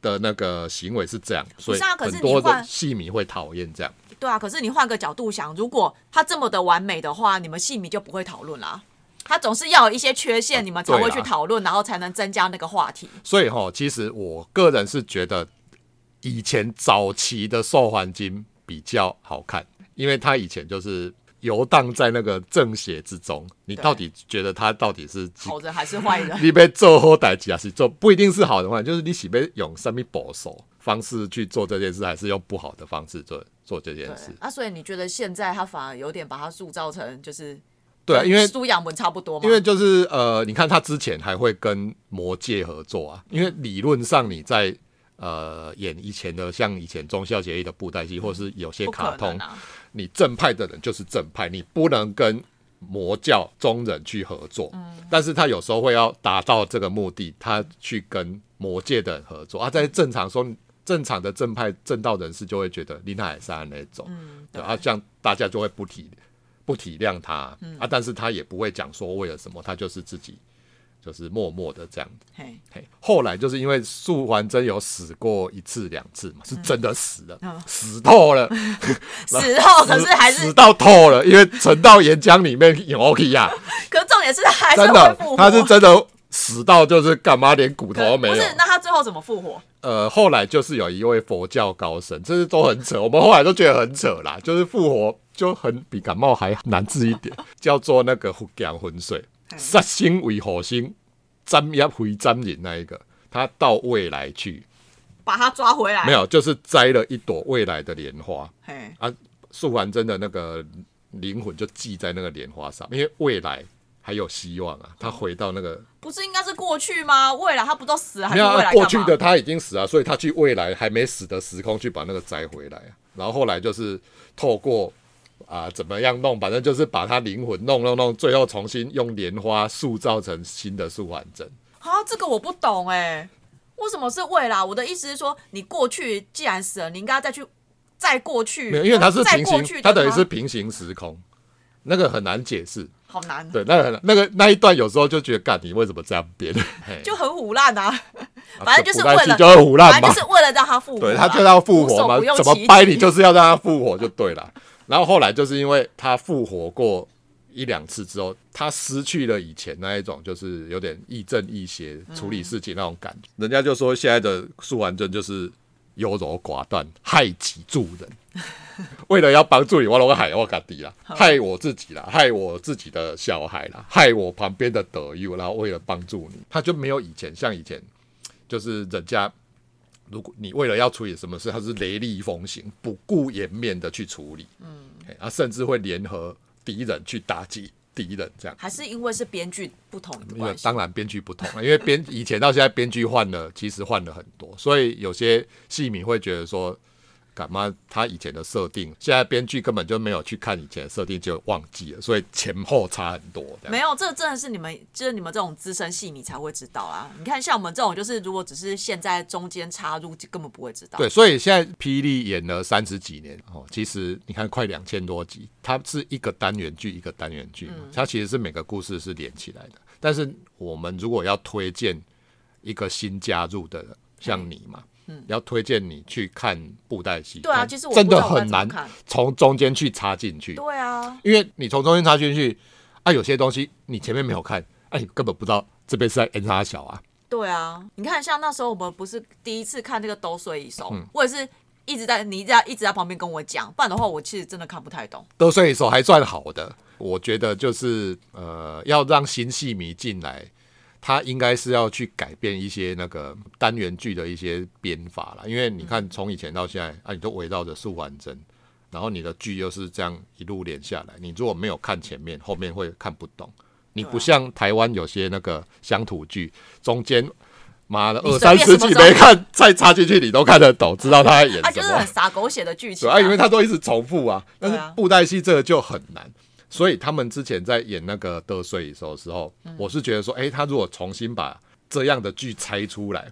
[SPEAKER 2] 的那个行为是这样，所以
[SPEAKER 1] 是啊可是
[SPEAKER 2] 很多
[SPEAKER 1] 你换
[SPEAKER 2] 的戏迷会讨厌这样。
[SPEAKER 1] 对啊，可是你换个角度想，如果他这么的完美的话，你们戏迷就不会讨论啦。他总是要有一些缺陷，你们才
[SPEAKER 2] 啊对啦
[SPEAKER 1] 会去讨论，然后才能增加那个话题。
[SPEAKER 2] 所以哈，其实我个人是觉得，以前早期的《兽环金》比较好看，因为他以前就是游荡在那个正邪之中。你
[SPEAKER 1] 对
[SPEAKER 2] 到底觉得他到底是几
[SPEAKER 1] 好人还是坏 人？
[SPEAKER 2] 你被做后代还是做不一定是好的话，就是你喜被用什么保守方式去做这件事，还是用不好的方式做做这件
[SPEAKER 1] 对
[SPEAKER 2] 事，？
[SPEAKER 1] 那、所以你觉得现在他反而有点把他塑造成就是
[SPEAKER 2] 对啊，因为
[SPEAKER 1] 苏养文差不多嘛，
[SPEAKER 2] 因为就是呃，你看他之前还会跟魔界合作啊，因为理论上你在呃演以前的像以前忠孝节义的布袋戏，或是有些
[SPEAKER 1] 不
[SPEAKER 2] 卡
[SPEAKER 1] 可
[SPEAKER 2] 通
[SPEAKER 1] 能，啊。
[SPEAKER 2] 你正派的人就是正派，你不能跟魔教中人去合作。
[SPEAKER 1] 嗯
[SPEAKER 2] 但是他有时候会要达到这个目的，他去跟魔界的人合作啊，在正常说。正常的正派正道人士就会觉得丽娜也是那种，
[SPEAKER 1] 嗯，
[SPEAKER 2] 对
[SPEAKER 1] 对
[SPEAKER 2] 啊，这样大家就会不体不体谅他、
[SPEAKER 1] 嗯
[SPEAKER 2] 啊，但是他也不会讲说为了什么，他就是自己就是默默的这样子。
[SPEAKER 1] 嘿，
[SPEAKER 2] 嘿，后来就是因为素还真有死过一次两次嘛，是真的死了，
[SPEAKER 1] 嗯
[SPEAKER 2] 死 透了，
[SPEAKER 1] 死后可
[SPEAKER 2] 死
[SPEAKER 1] 是还
[SPEAKER 2] 死
[SPEAKER 1] 是，
[SPEAKER 2] 到透了，因为沉到岩浆里面有 OK 呀，
[SPEAKER 1] 可是重点是他 还是
[SPEAKER 2] 真
[SPEAKER 1] 会
[SPEAKER 2] 的
[SPEAKER 1] 复活。，
[SPEAKER 2] 他是真的死到就是干嘛连骨头都没
[SPEAKER 1] 不
[SPEAKER 2] 有
[SPEAKER 1] 是，。那他最后怎么复活？
[SPEAKER 2] 呃，后来就是有一位佛教高僧，这是都很扯，我们后来都觉得很扯啦，就是复活就很比感冒还难治一点，叫做那个福建浑水，
[SPEAKER 1] 嗯
[SPEAKER 2] 杀星为火星，沾压回沾人那一个，他到未来去，
[SPEAKER 1] 把他抓回来？
[SPEAKER 2] 没，有，就是摘了一朵未来的莲花
[SPEAKER 1] 嘿，
[SPEAKER 2] 啊，素还真的那个灵魂就系在那个莲花上，因为未来还有希望啊，他回到那个
[SPEAKER 1] 不是应该是过去吗？未来他不都死了还
[SPEAKER 2] 没
[SPEAKER 1] 是
[SPEAKER 2] 有、
[SPEAKER 1] 未
[SPEAKER 2] 啊、
[SPEAKER 1] 来
[SPEAKER 2] 过去
[SPEAKER 1] 干嘛
[SPEAKER 2] 的他已经死了，所以他去未来还没死的时空去把那个摘回来啊。然后后来就是透过啊、怎么样弄，反正就是把他灵魂弄弄弄，最后重新用莲花塑造成新的素还真。
[SPEAKER 1] 啊，这个我不懂哎、为什么是未来？我的意思是说，你过去既然死了，你应该再去再过去，
[SPEAKER 2] 没有，因为他是
[SPEAKER 1] 再
[SPEAKER 2] 平
[SPEAKER 1] 过去
[SPEAKER 2] 行，
[SPEAKER 1] 的
[SPEAKER 2] 他等于是平行时空，那个很难解释。
[SPEAKER 1] 好难，
[SPEAKER 2] 对，那个很那个那一段有时候就觉得，干你为什么这样编？嘿
[SPEAKER 1] 就很腐烂啊。
[SPEAKER 2] 啊
[SPEAKER 1] 反正就是
[SPEAKER 2] 古代
[SPEAKER 1] 为
[SPEAKER 2] 戏
[SPEAKER 1] 了
[SPEAKER 2] 就会胡乱
[SPEAKER 1] 反
[SPEAKER 2] 嘛
[SPEAKER 1] 正就，是为了让他复活啦，
[SPEAKER 2] 对他就要复活嘛
[SPEAKER 1] 无所不，用
[SPEAKER 2] 怎么
[SPEAKER 1] 其极
[SPEAKER 2] 掰你就是要让他复活就对了。 然后后来就是因为他复活过一两次之后，他失去了以前那一种就是有点亦正亦邪处理事情那种感觉。
[SPEAKER 1] 嗯
[SPEAKER 2] 人家就说现在的素还真就是优柔寡断，害己助人。为了要帮助你，我弄个害我家己啦，害我自己啦，害我自己的小孩啦，害我旁边的德友，然后为了帮助你，他就没有以前像以前，就是人家如果你为了要处理什么事，他是雷厉风行、不顾颜面的去处理，嗯，啊，甚至会联合敌人去打击敌人，这样。
[SPEAKER 1] 还是因为是编剧不同的
[SPEAKER 2] 因为
[SPEAKER 1] 关系。
[SPEAKER 2] 当然编剧不同了，因为编以前到现在编剧换了，其实换了很多，所以有些戏迷会觉得说，干嘛他以前的设定，现在编剧根本就没有去看以前的设定，就忘记了，所以前后差很多。这样
[SPEAKER 1] 没有，这真的是你们，就是你们这种资深戏迷才会知道啊。你看，像我们这种，就是如果只是现在中间插入，就根本不会知道。
[SPEAKER 2] 对，所以现在霹雳演了三十几年哦，其实你看快两千多集，它是一个单元剧一个单元剧嘛，
[SPEAKER 1] 嗯
[SPEAKER 2] 它其实是每个故事是连起来的。但是我们如果要推荐一个新加入的人，像你嘛，要推荐你去看布袋戏，
[SPEAKER 1] 嗯对啊
[SPEAKER 2] 但
[SPEAKER 1] 其实我
[SPEAKER 2] 真
[SPEAKER 1] 不知
[SPEAKER 2] 的
[SPEAKER 1] 道我该
[SPEAKER 2] 很
[SPEAKER 1] 怎么
[SPEAKER 2] 难
[SPEAKER 1] 看
[SPEAKER 2] 从中间去插进去，
[SPEAKER 1] 对啊，
[SPEAKER 2] 因为你从中间插进去啊，有些东西你前面没有看，哎、你根本不知道这边是在 N 叉小啊。
[SPEAKER 1] 对啊，你看，像那时候我们不是第一次看那个《都睡一首》
[SPEAKER 2] 嗯
[SPEAKER 1] 我也是一直在你一直在一直在旁边跟我讲，不然的话，我其实真的看不太懂。
[SPEAKER 2] 得税手还算好的。我觉得就是呃，要让新戏迷进来，他应该是要去改变一些那个单元剧的一些编法啦。因为你看，从以前到现在啊，你都围绕着素还真，然后你的剧又是这样一路连下来，你如果没有看前面，后面会看不懂。你不像台湾有些那个乡土剧，中间妈的，
[SPEAKER 1] 你随
[SPEAKER 2] 二三
[SPEAKER 1] 便
[SPEAKER 2] 十
[SPEAKER 1] 什
[SPEAKER 2] 集
[SPEAKER 1] 么时候
[SPEAKER 2] 没看，再插进去你都看得懂，知道他在演
[SPEAKER 1] 啊，
[SPEAKER 2] 什
[SPEAKER 1] 就是
[SPEAKER 2] 哎么
[SPEAKER 1] 很。撒狗血的剧情
[SPEAKER 2] 对
[SPEAKER 1] 啊、
[SPEAKER 2] 啊，因为他都一直重复啊。但是
[SPEAKER 1] 对啊
[SPEAKER 2] 布袋戏这个就很难，所以他们之前在演那个《得水手》的时候，
[SPEAKER 1] 嗯
[SPEAKER 2] 我是觉得说，哎、他如果重新把这样的剧拆出来，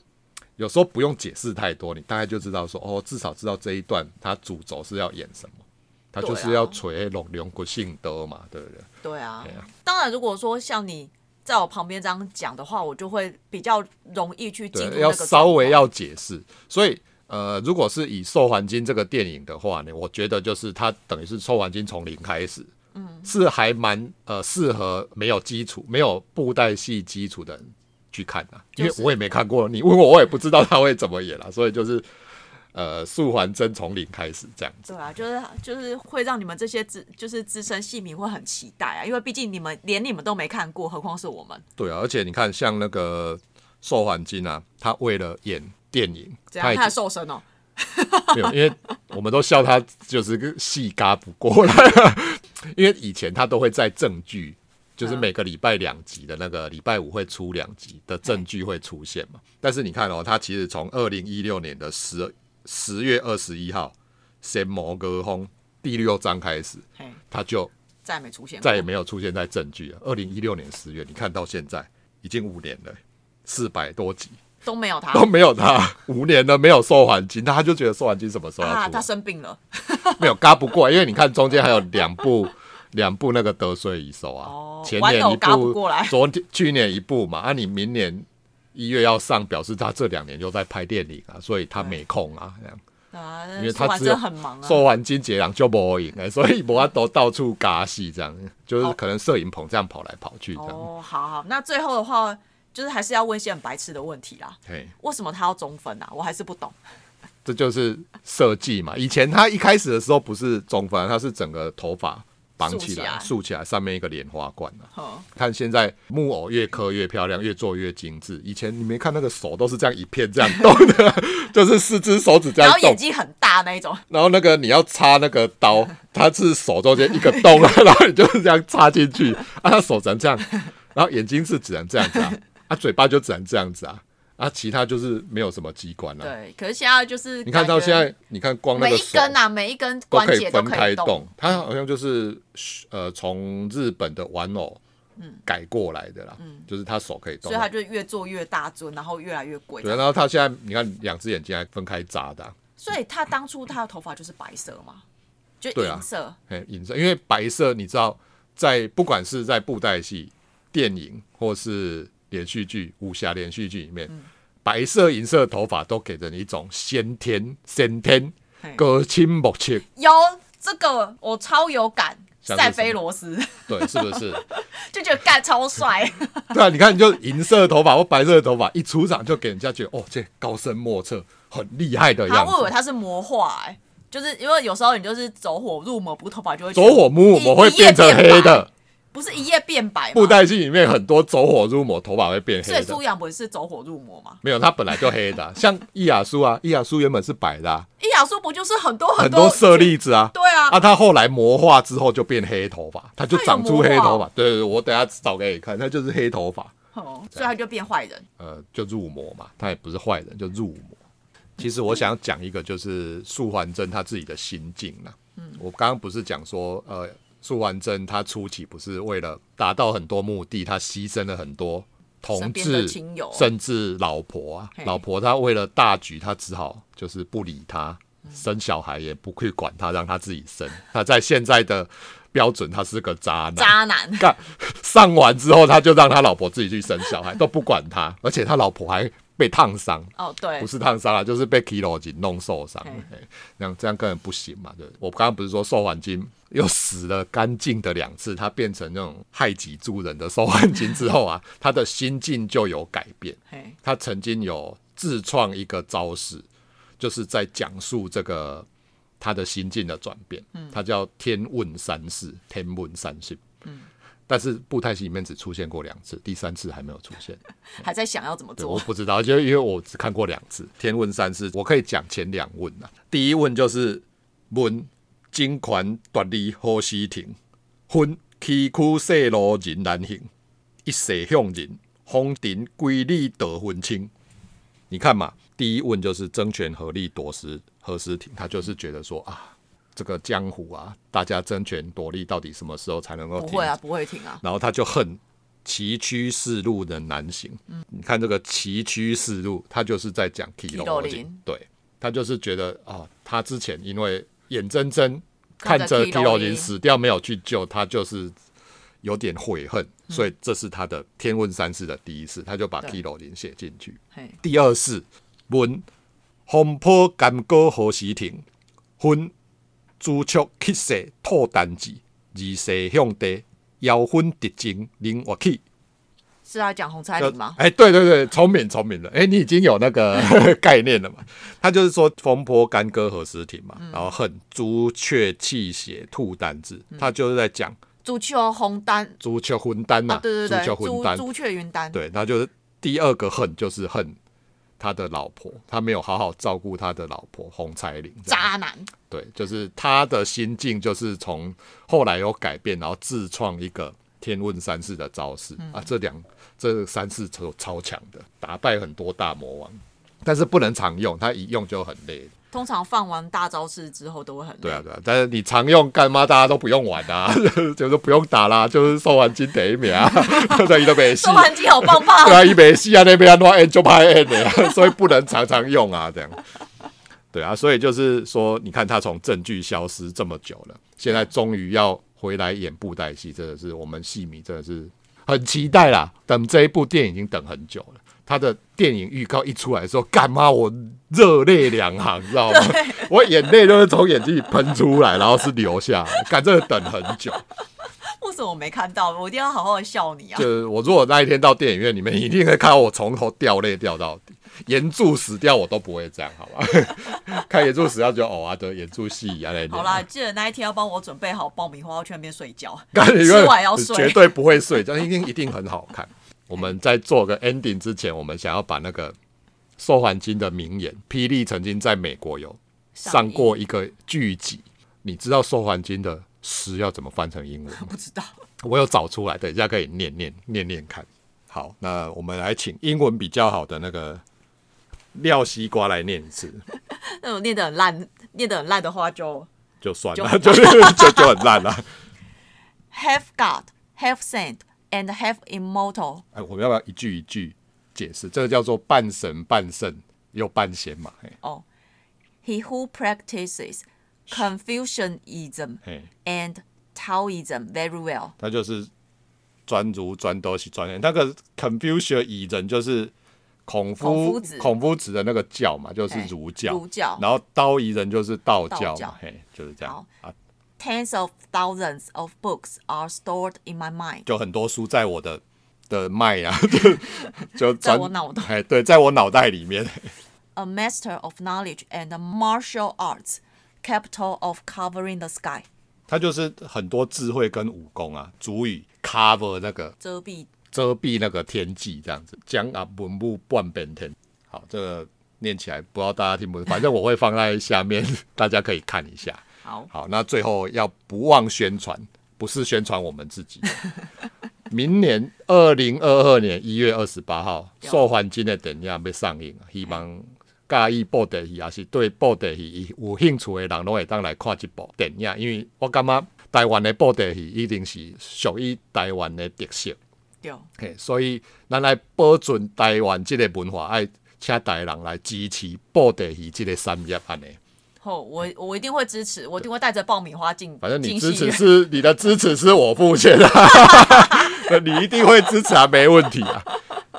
[SPEAKER 2] 有时候不用解释太多，你大概就知道说，哦，至少知道这一段他主轴是要演什么，他就
[SPEAKER 1] 对
[SPEAKER 2] 是
[SPEAKER 1] 啊
[SPEAKER 2] 要锤龙龙骨性德嘛，对不对？
[SPEAKER 1] 对啊
[SPEAKER 2] 对啊，
[SPEAKER 1] 当然，如果说像你在我旁边这样讲的话，我就会比较容易去进入
[SPEAKER 2] 对，
[SPEAKER 1] 那
[SPEAKER 2] 要
[SPEAKER 1] 个
[SPEAKER 2] 稍微
[SPEAKER 1] 状
[SPEAKER 2] 要解释。所以呃，如果是以《受环金》这个电影的话呢，我觉得就是它等于是《受环金》从零开始，嗯，是还蛮呃适合没有基础、没有布袋戏基础的人去看的、因为
[SPEAKER 1] 就是
[SPEAKER 2] 我也没看过，你问我我也不知道他会怎么演啦、啊所以就是。呃，素还真从零开始这样子，
[SPEAKER 1] 况。对啊，就是就是会让你们这些资就是资深戏迷会很期待啊，因为毕竟你们连你们都没看过，何况是我们。
[SPEAKER 2] 对啊，而且你看，像那个受环金啊，他为了演电影，
[SPEAKER 1] 怎样？
[SPEAKER 2] 已
[SPEAKER 1] 他的
[SPEAKER 2] 经
[SPEAKER 1] 瘦身哦，
[SPEAKER 2] 没有，因为我们都笑他就是个戏嘎不过来， 因为以前他都会在正剧，就是每个礼拜两集的那个礼拜五会出两集的正剧会出现嘛。但是你看哦，他其实从二零一六年的十十月二十一号《神魔歌风》第六章开始，
[SPEAKER 1] 嘿，
[SPEAKER 2] 他就
[SPEAKER 1] 再也没出现过。
[SPEAKER 2] 再也没有出现在正剧了。二零一六年十月，你看到现在已经五年了，四百多集
[SPEAKER 1] 都没有他
[SPEAKER 2] 都没有他，五年了没有收还金，他就觉得收还金什么时候要出
[SPEAKER 1] 啊，
[SPEAKER 2] 来？
[SPEAKER 1] 他生病了。
[SPEAKER 2] 没有嘎不过来，因为你看中间还有两 部两部那个得税一手啊，
[SPEAKER 1] 哦
[SPEAKER 2] 前
[SPEAKER 1] 玩
[SPEAKER 2] 年
[SPEAKER 1] 偶
[SPEAKER 2] 一
[SPEAKER 1] 嘎不
[SPEAKER 2] 部
[SPEAKER 1] 过来，
[SPEAKER 2] 昨天去年一部嘛，啊，你明年一月要上，表示他这两年又在拍电影啊，所以他没空啊，这样，
[SPEAKER 1] 啊，
[SPEAKER 2] 因
[SPEAKER 1] 说
[SPEAKER 2] 为他
[SPEAKER 1] 完
[SPEAKER 2] 只
[SPEAKER 1] 真
[SPEAKER 2] 有
[SPEAKER 1] 的很忙啊。
[SPEAKER 2] 说完金杰郎就没影了， 所以我都到处嘎戏这样，就是
[SPEAKER 1] 哦
[SPEAKER 2] 可能摄影棚这样跑来跑去这样，
[SPEAKER 1] 哦，好好，那最后的话，就是还是要问一些很白痴的问题啦。
[SPEAKER 2] 嘿，
[SPEAKER 1] 为什么他要中分啊？我还是不懂。
[SPEAKER 2] 这就是设计嘛。以前他一开始的时候不是中分，他是整个头发绑
[SPEAKER 1] 竖
[SPEAKER 2] 起
[SPEAKER 1] 起
[SPEAKER 2] 来，
[SPEAKER 1] 来
[SPEAKER 2] 竖起来上面一个莲花冠啊。
[SPEAKER 1] 哼，
[SPEAKER 2] 看现在木偶越刻越漂亮，越做越精致。以前你没看那个手都是这样一片这样动的， 就是四只手指这
[SPEAKER 1] 然
[SPEAKER 2] 样
[SPEAKER 1] 后
[SPEAKER 2] 动
[SPEAKER 1] 眼。睛很大那一种。
[SPEAKER 2] 然后那个你要插那个刀，它是手中间一个洞啊，然后你就是这样插进去啊，他手只能这样，然后眼睛是只能这样子啊，啊嘴巴就只能这样子啊，啊其他就是没有什么机关了、啊。
[SPEAKER 1] 对，可是现在就是
[SPEAKER 2] 你看到
[SPEAKER 1] 感觉
[SPEAKER 2] 现在，你看光那
[SPEAKER 1] 每
[SPEAKER 2] 个
[SPEAKER 1] 一
[SPEAKER 2] 手
[SPEAKER 1] 根啊，每一根
[SPEAKER 2] 都
[SPEAKER 1] 关
[SPEAKER 2] 可以
[SPEAKER 1] 节都
[SPEAKER 2] 分
[SPEAKER 1] 可
[SPEAKER 2] 开
[SPEAKER 1] 以动。，
[SPEAKER 2] 它好像就是呃从日本的玩偶改过来的啦，就是他手可以动
[SPEAKER 1] 嗯
[SPEAKER 2] 啊
[SPEAKER 1] 所以，它就越做越大尊，然后越来越贵。
[SPEAKER 2] 对，然啊后他现在你看两只眼睛还分开眨的啊、
[SPEAKER 1] 所以他当初他的头发就是白色嘛，就
[SPEAKER 2] 对啊
[SPEAKER 1] 银色。
[SPEAKER 2] 嘿，银色，因为白色你知道，在不管是在布袋戏、电影或是连续剧、武侠连续剧里面，
[SPEAKER 1] 嗯
[SPEAKER 2] 白色、银色的头发都给人一种先天、先天
[SPEAKER 1] 嘿
[SPEAKER 2] 隔清莫切，
[SPEAKER 1] 有这个我超有感，
[SPEAKER 2] 像是
[SPEAKER 1] 塞
[SPEAKER 2] 什
[SPEAKER 1] 菲
[SPEAKER 2] 么
[SPEAKER 1] 罗斯
[SPEAKER 2] 对，是不是？
[SPEAKER 1] 就觉得干超帅。
[SPEAKER 2] 对啊，你看，你就银色的头发或白色的头发一出场，就给人家觉得哦，这高深莫测，很厉害的
[SPEAKER 1] 他
[SPEAKER 2] 样
[SPEAKER 1] 我以为
[SPEAKER 2] 子。
[SPEAKER 1] 他是魔化、欸，就是因为有时候你就是走火入魔不头发就会
[SPEAKER 2] 走火入魔会变成黑
[SPEAKER 1] 一夜变白
[SPEAKER 2] 的，
[SPEAKER 1] 不是一夜变白
[SPEAKER 2] 布
[SPEAKER 1] 吗？
[SPEAKER 2] 袋戏里面很多走火入魔，头发会变黑
[SPEAKER 1] 所以
[SPEAKER 2] 的。
[SPEAKER 1] 苏阳不是走火入魔吗？
[SPEAKER 2] 没有，他本来就黑的啊、像伊雅苏啊，伊雅苏原本是白的啊、
[SPEAKER 1] 伊哎雅苏不就是很多
[SPEAKER 2] 很
[SPEAKER 1] 多
[SPEAKER 2] 多色粒子啊，
[SPEAKER 1] 对啊，
[SPEAKER 2] 啊，他后来魔化之后就变黑头发，他就长出黑
[SPEAKER 1] 他有
[SPEAKER 2] 头
[SPEAKER 1] 魔
[SPEAKER 2] 发。对对对，我等下找给你看，他就是黑头发，
[SPEAKER 1] 哦
[SPEAKER 2] 啊
[SPEAKER 1] 所以他就变坏人。
[SPEAKER 2] 呃，就入魔嘛，他也不是坏人，就入魔。其实我想讲一个，就是素还真他自己的心境啦。嗯，我刚刚不是讲说，呃，素还真他初期不是为了达到很多目的，他牺牲了很多同
[SPEAKER 1] 身边的
[SPEAKER 2] 志
[SPEAKER 1] 亲友
[SPEAKER 2] 甚至老婆啊
[SPEAKER 1] 嘿，
[SPEAKER 2] 老婆她为了大局，她只好就是不理他，
[SPEAKER 1] 嗯
[SPEAKER 2] 生小孩也不去管他，让他自己生。他在现在的标准，他是个渣男。
[SPEAKER 1] 渣男，
[SPEAKER 2] 干上完之后，他就让他老婆自己去生小孩，都不管他，而且他老婆还被烫伤，
[SPEAKER 1] 哦，对
[SPEAKER 2] 不，是烫伤啊，就是被 kilo 紧弄受伤
[SPEAKER 1] 嘿，
[SPEAKER 2] 嘿那样这样根本不行嘛。对不对，我刚刚不是说受环金又死了干净的两次，他变成那种害己助人的受环金之后啊，他的心境就有改变。
[SPEAKER 1] 嘿，
[SPEAKER 2] 他曾经有自创一个招式，就是在讲述这个他的心境的转变。他叫天问三世，天问三世。但是布袋戏里面只出现过两次，第三次还没有出现。
[SPEAKER 1] 还在想要怎么
[SPEAKER 2] 对，我
[SPEAKER 1] 做。
[SPEAKER 2] 不知道，就因为我只看过两次《天问三世》，我可以讲前两问啊。第一问就是问金款夺利何时停？婚崎岖细路人难行，一世向人，风尘归里得分清。你看嘛，第一问就是争权合力夺食何时停，他就是觉得说啊，这个江湖啊，大家争权夺利到底什么时候才能够
[SPEAKER 1] 不
[SPEAKER 2] 停？
[SPEAKER 1] 会啊，不会停啊，
[SPEAKER 2] 然后他就恨崎岖世路的难行。你看这个崎岖世路，他就是在讲 k i
[SPEAKER 1] Kilo
[SPEAKER 2] o
[SPEAKER 1] 林
[SPEAKER 2] 对他就是觉得啊，他之前因为眼睁睁看
[SPEAKER 1] 看着
[SPEAKER 2] 着
[SPEAKER 1] Kilo
[SPEAKER 2] Kilo
[SPEAKER 1] 林
[SPEAKER 2] 林死掉没有去救，他就是有点悔恨，所以这是他的天问三世的第一次，他就把
[SPEAKER 1] 嗯对
[SPEAKER 2] Kilo 林写进去。
[SPEAKER 1] 嘿，
[SPEAKER 2] 第二是文风波干戈何时停，分朱雀乞食吐丹子，二世向地摇昏敌情零我气。
[SPEAKER 1] 是在讲红彩
[SPEAKER 2] 就
[SPEAKER 1] 礼吗？
[SPEAKER 2] 哎，对对对，聪明聪明了，哎，你已经有那个概念了嘛？他就是说风波干戈何时停嘛，
[SPEAKER 1] 嗯
[SPEAKER 2] 然后恨朱雀泣血吐丹子，
[SPEAKER 1] 嗯
[SPEAKER 2] 他就是在讲
[SPEAKER 1] 朱雀红丹
[SPEAKER 2] 朱雀昏丹呐、
[SPEAKER 1] 啊，对对
[SPEAKER 2] 朱
[SPEAKER 1] 对，
[SPEAKER 2] 雀
[SPEAKER 1] 朱
[SPEAKER 2] 昏丹，
[SPEAKER 1] 朱雀云丹，
[SPEAKER 2] 对，那就是第二个恨就是恨他的老婆，他没有好好照顾他的老婆洪彩玲。这样
[SPEAKER 1] 渣男，
[SPEAKER 2] 对，就是他的心境就是从后来有改变，然后自创一个天问三世的招式、啊，这两这三世超超强的，打败很多大魔王，但是不能常用，他一用就很累。
[SPEAKER 1] 通常放完大招式之后都会很累
[SPEAKER 2] 对啊，对啊，但是你常用干嘛？大家都不用玩啊， 就是不用打啦，就是送完金得一秒啊， 在一个没戏啊
[SPEAKER 1] 收。盘机好棒 棒
[SPEAKER 2] 对，啊，伊袂死啊，那边安怎按就拍按的、啊，所以不能常常用啊，这样。对啊，所以就是说，你看他从证据消失这么久了，现在终于要回来演布袋戏，真的是我们戏迷真的是很期待啦。等这一部电影已经等很久了，他的电影预告一出来的时候，干嘛我热泪两行，知道吗？我眼泪都是从眼睛里喷出来，然后是流下来，干真的等很久。
[SPEAKER 1] 为什么我没看到？我一定要好好的笑你啊！
[SPEAKER 2] 就是我如果那一天到电影院里面，一定会看到我从头掉泪掉到底，岩柱死掉我都不会这样，好 吧？看岩柱死掉就哦啊，对，岩柱戏啊那
[SPEAKER 1] 好啦，记得那一天要帮我准备好爆米花，我去那边睡觉。
[SPEAKER 2] 感觉
[SPEAKER 1] 吃完要睡
[SPEAKER 2] 绝对不会睡，但一定一定很好看。我们在做个 ending 之前，我们想要把那个受环金的名言，霹雳曾经在美国有
[SPEAKER 1] 上
[SPEAKER 2] 上过一个剧集，你知道受环金的诗要怎么翻成英文吗？
[SPEAKER 1] 不知道，
[SPEAKER 2] 我有找出来，等一下可以念念念念看。好，那我们来请英文比较好的那个廖西瓜来念一次，
[SPEAKER 1] 那种念得很烂、念得很烂的话就
[SPEAKER 2] 就算
[SPEAKER 1] 就
[SPEAKER 2] 了， 就就就很烂了。
[SPEAKER 1] Have God, Have Saint, and Have Immortal。
[SPEAKER 2] 哎，我们要不要一句一句解释？这个叫做半神半圣又半仙嘛。嘿
[SPEAKER 1] 哦，He who practices Confucianism
[SPEAKER 2] 嘿，
[SPEAKER 1] and Taoism very well。
[SPEAKER 2] 他就是专儒专都是专那个 Confucius 以人就是孔夫
[SPEAKER 1] 孔夫子
[SPEAKER 2] 孔夫子的那个教嘛，就是
[SPEAKER 1] 嘿
[SPEAKER 2] 儒教，
[SPEAKER 1] 儒教
[SPEAKER 2] 然后刀夷人就是道
[SPEAKER 1] 道
[SPEAKER 2] 教嘛，
[SPEAKER 1] 教
[SPEAKER 2] 嘿，就是这样
[SPEAKER 1] 好
[SPEAKER 2] 啊。
[SPEAKER 1] Tens of thousands of books are stored in my mind。
[SPEAKER 2] 就很多书在我的的脉啊， 就就
[SPEAKER 1] 在
[SPEAKER 2] 转
[SPEAKER 1] 我脑袋
[SPEAKER 2] 哎，对，在我脑袋里面，
[SPEAKER 1] A master of knowledge and martial arts, capital of covering the sky。
[SPEAKER 2] 它就是很多智慧跟武功啊，足以 cover 那个
[SPEAKER 1] 遮蔽
[SPEAKER 2] 遮蔽那个天际这样子，将啊文物半边天。好，这个念起来不知道大家听不听，反正我会放在下面， 大家可以看一下。
[SPEAKER 1] 好，
[SPEAKER 2] 好，那最后要不忘宣传，不是宣传我们自己。 明年二零二二年一月二十八号，《
[SPEAKER 1] 对
[SPEAKER 2] 受环境的电影要上映，啊希望介意布袋戏，也啊是对布袋戏有兴趣的人，拢会当来看这部电影。啊因为我感觉台湾的布袋戏一定是属于台湾的特色，
[SPEAKER 1] 对，
[SPEAKER 2] 嘿，所以咱来保存台湾这个文化，爱请台人来支持布袋戏这个产业安尼。
[SPEAKER 1] 后我我一定会支持，我一定会带着爆米花进，
[SPEAKER 2] 反正你
[SPEAKER 1] 进
[SPEAKER 2] 支
[SPEAKER 1] 戏
[SPEAKER 2] 持
[SPEAKER 1] 院
[SPEAKER 2] 是你的支持是我付钱啊， 你一定会支持啊，没问题啊。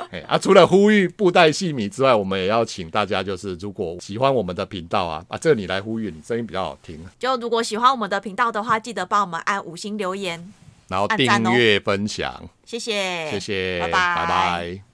[SPEAKER 2] 哎啊，除了呼吁布袋戏迷之外，我们也要请大家，就是如果喜欢我们的频道啊，啊，这个你来呼吁，你声音比较好听，
[SPEAKER 1] 就如果喜欢我们的频道的话，记得帮我们按五星留言，
[SPEAKER 2] 然后
[SPEAKER 1] 按
[SPEAKER 2] 订
[SPEAKER 1] 赞哦
[SPEAKER 2] 阅、分享，
[SPEAKER 1] 谢谢，
[SPEAKER 2] 谢谢，
[SPEAKER 1] 拜
[SPEAKER 2] 拜拜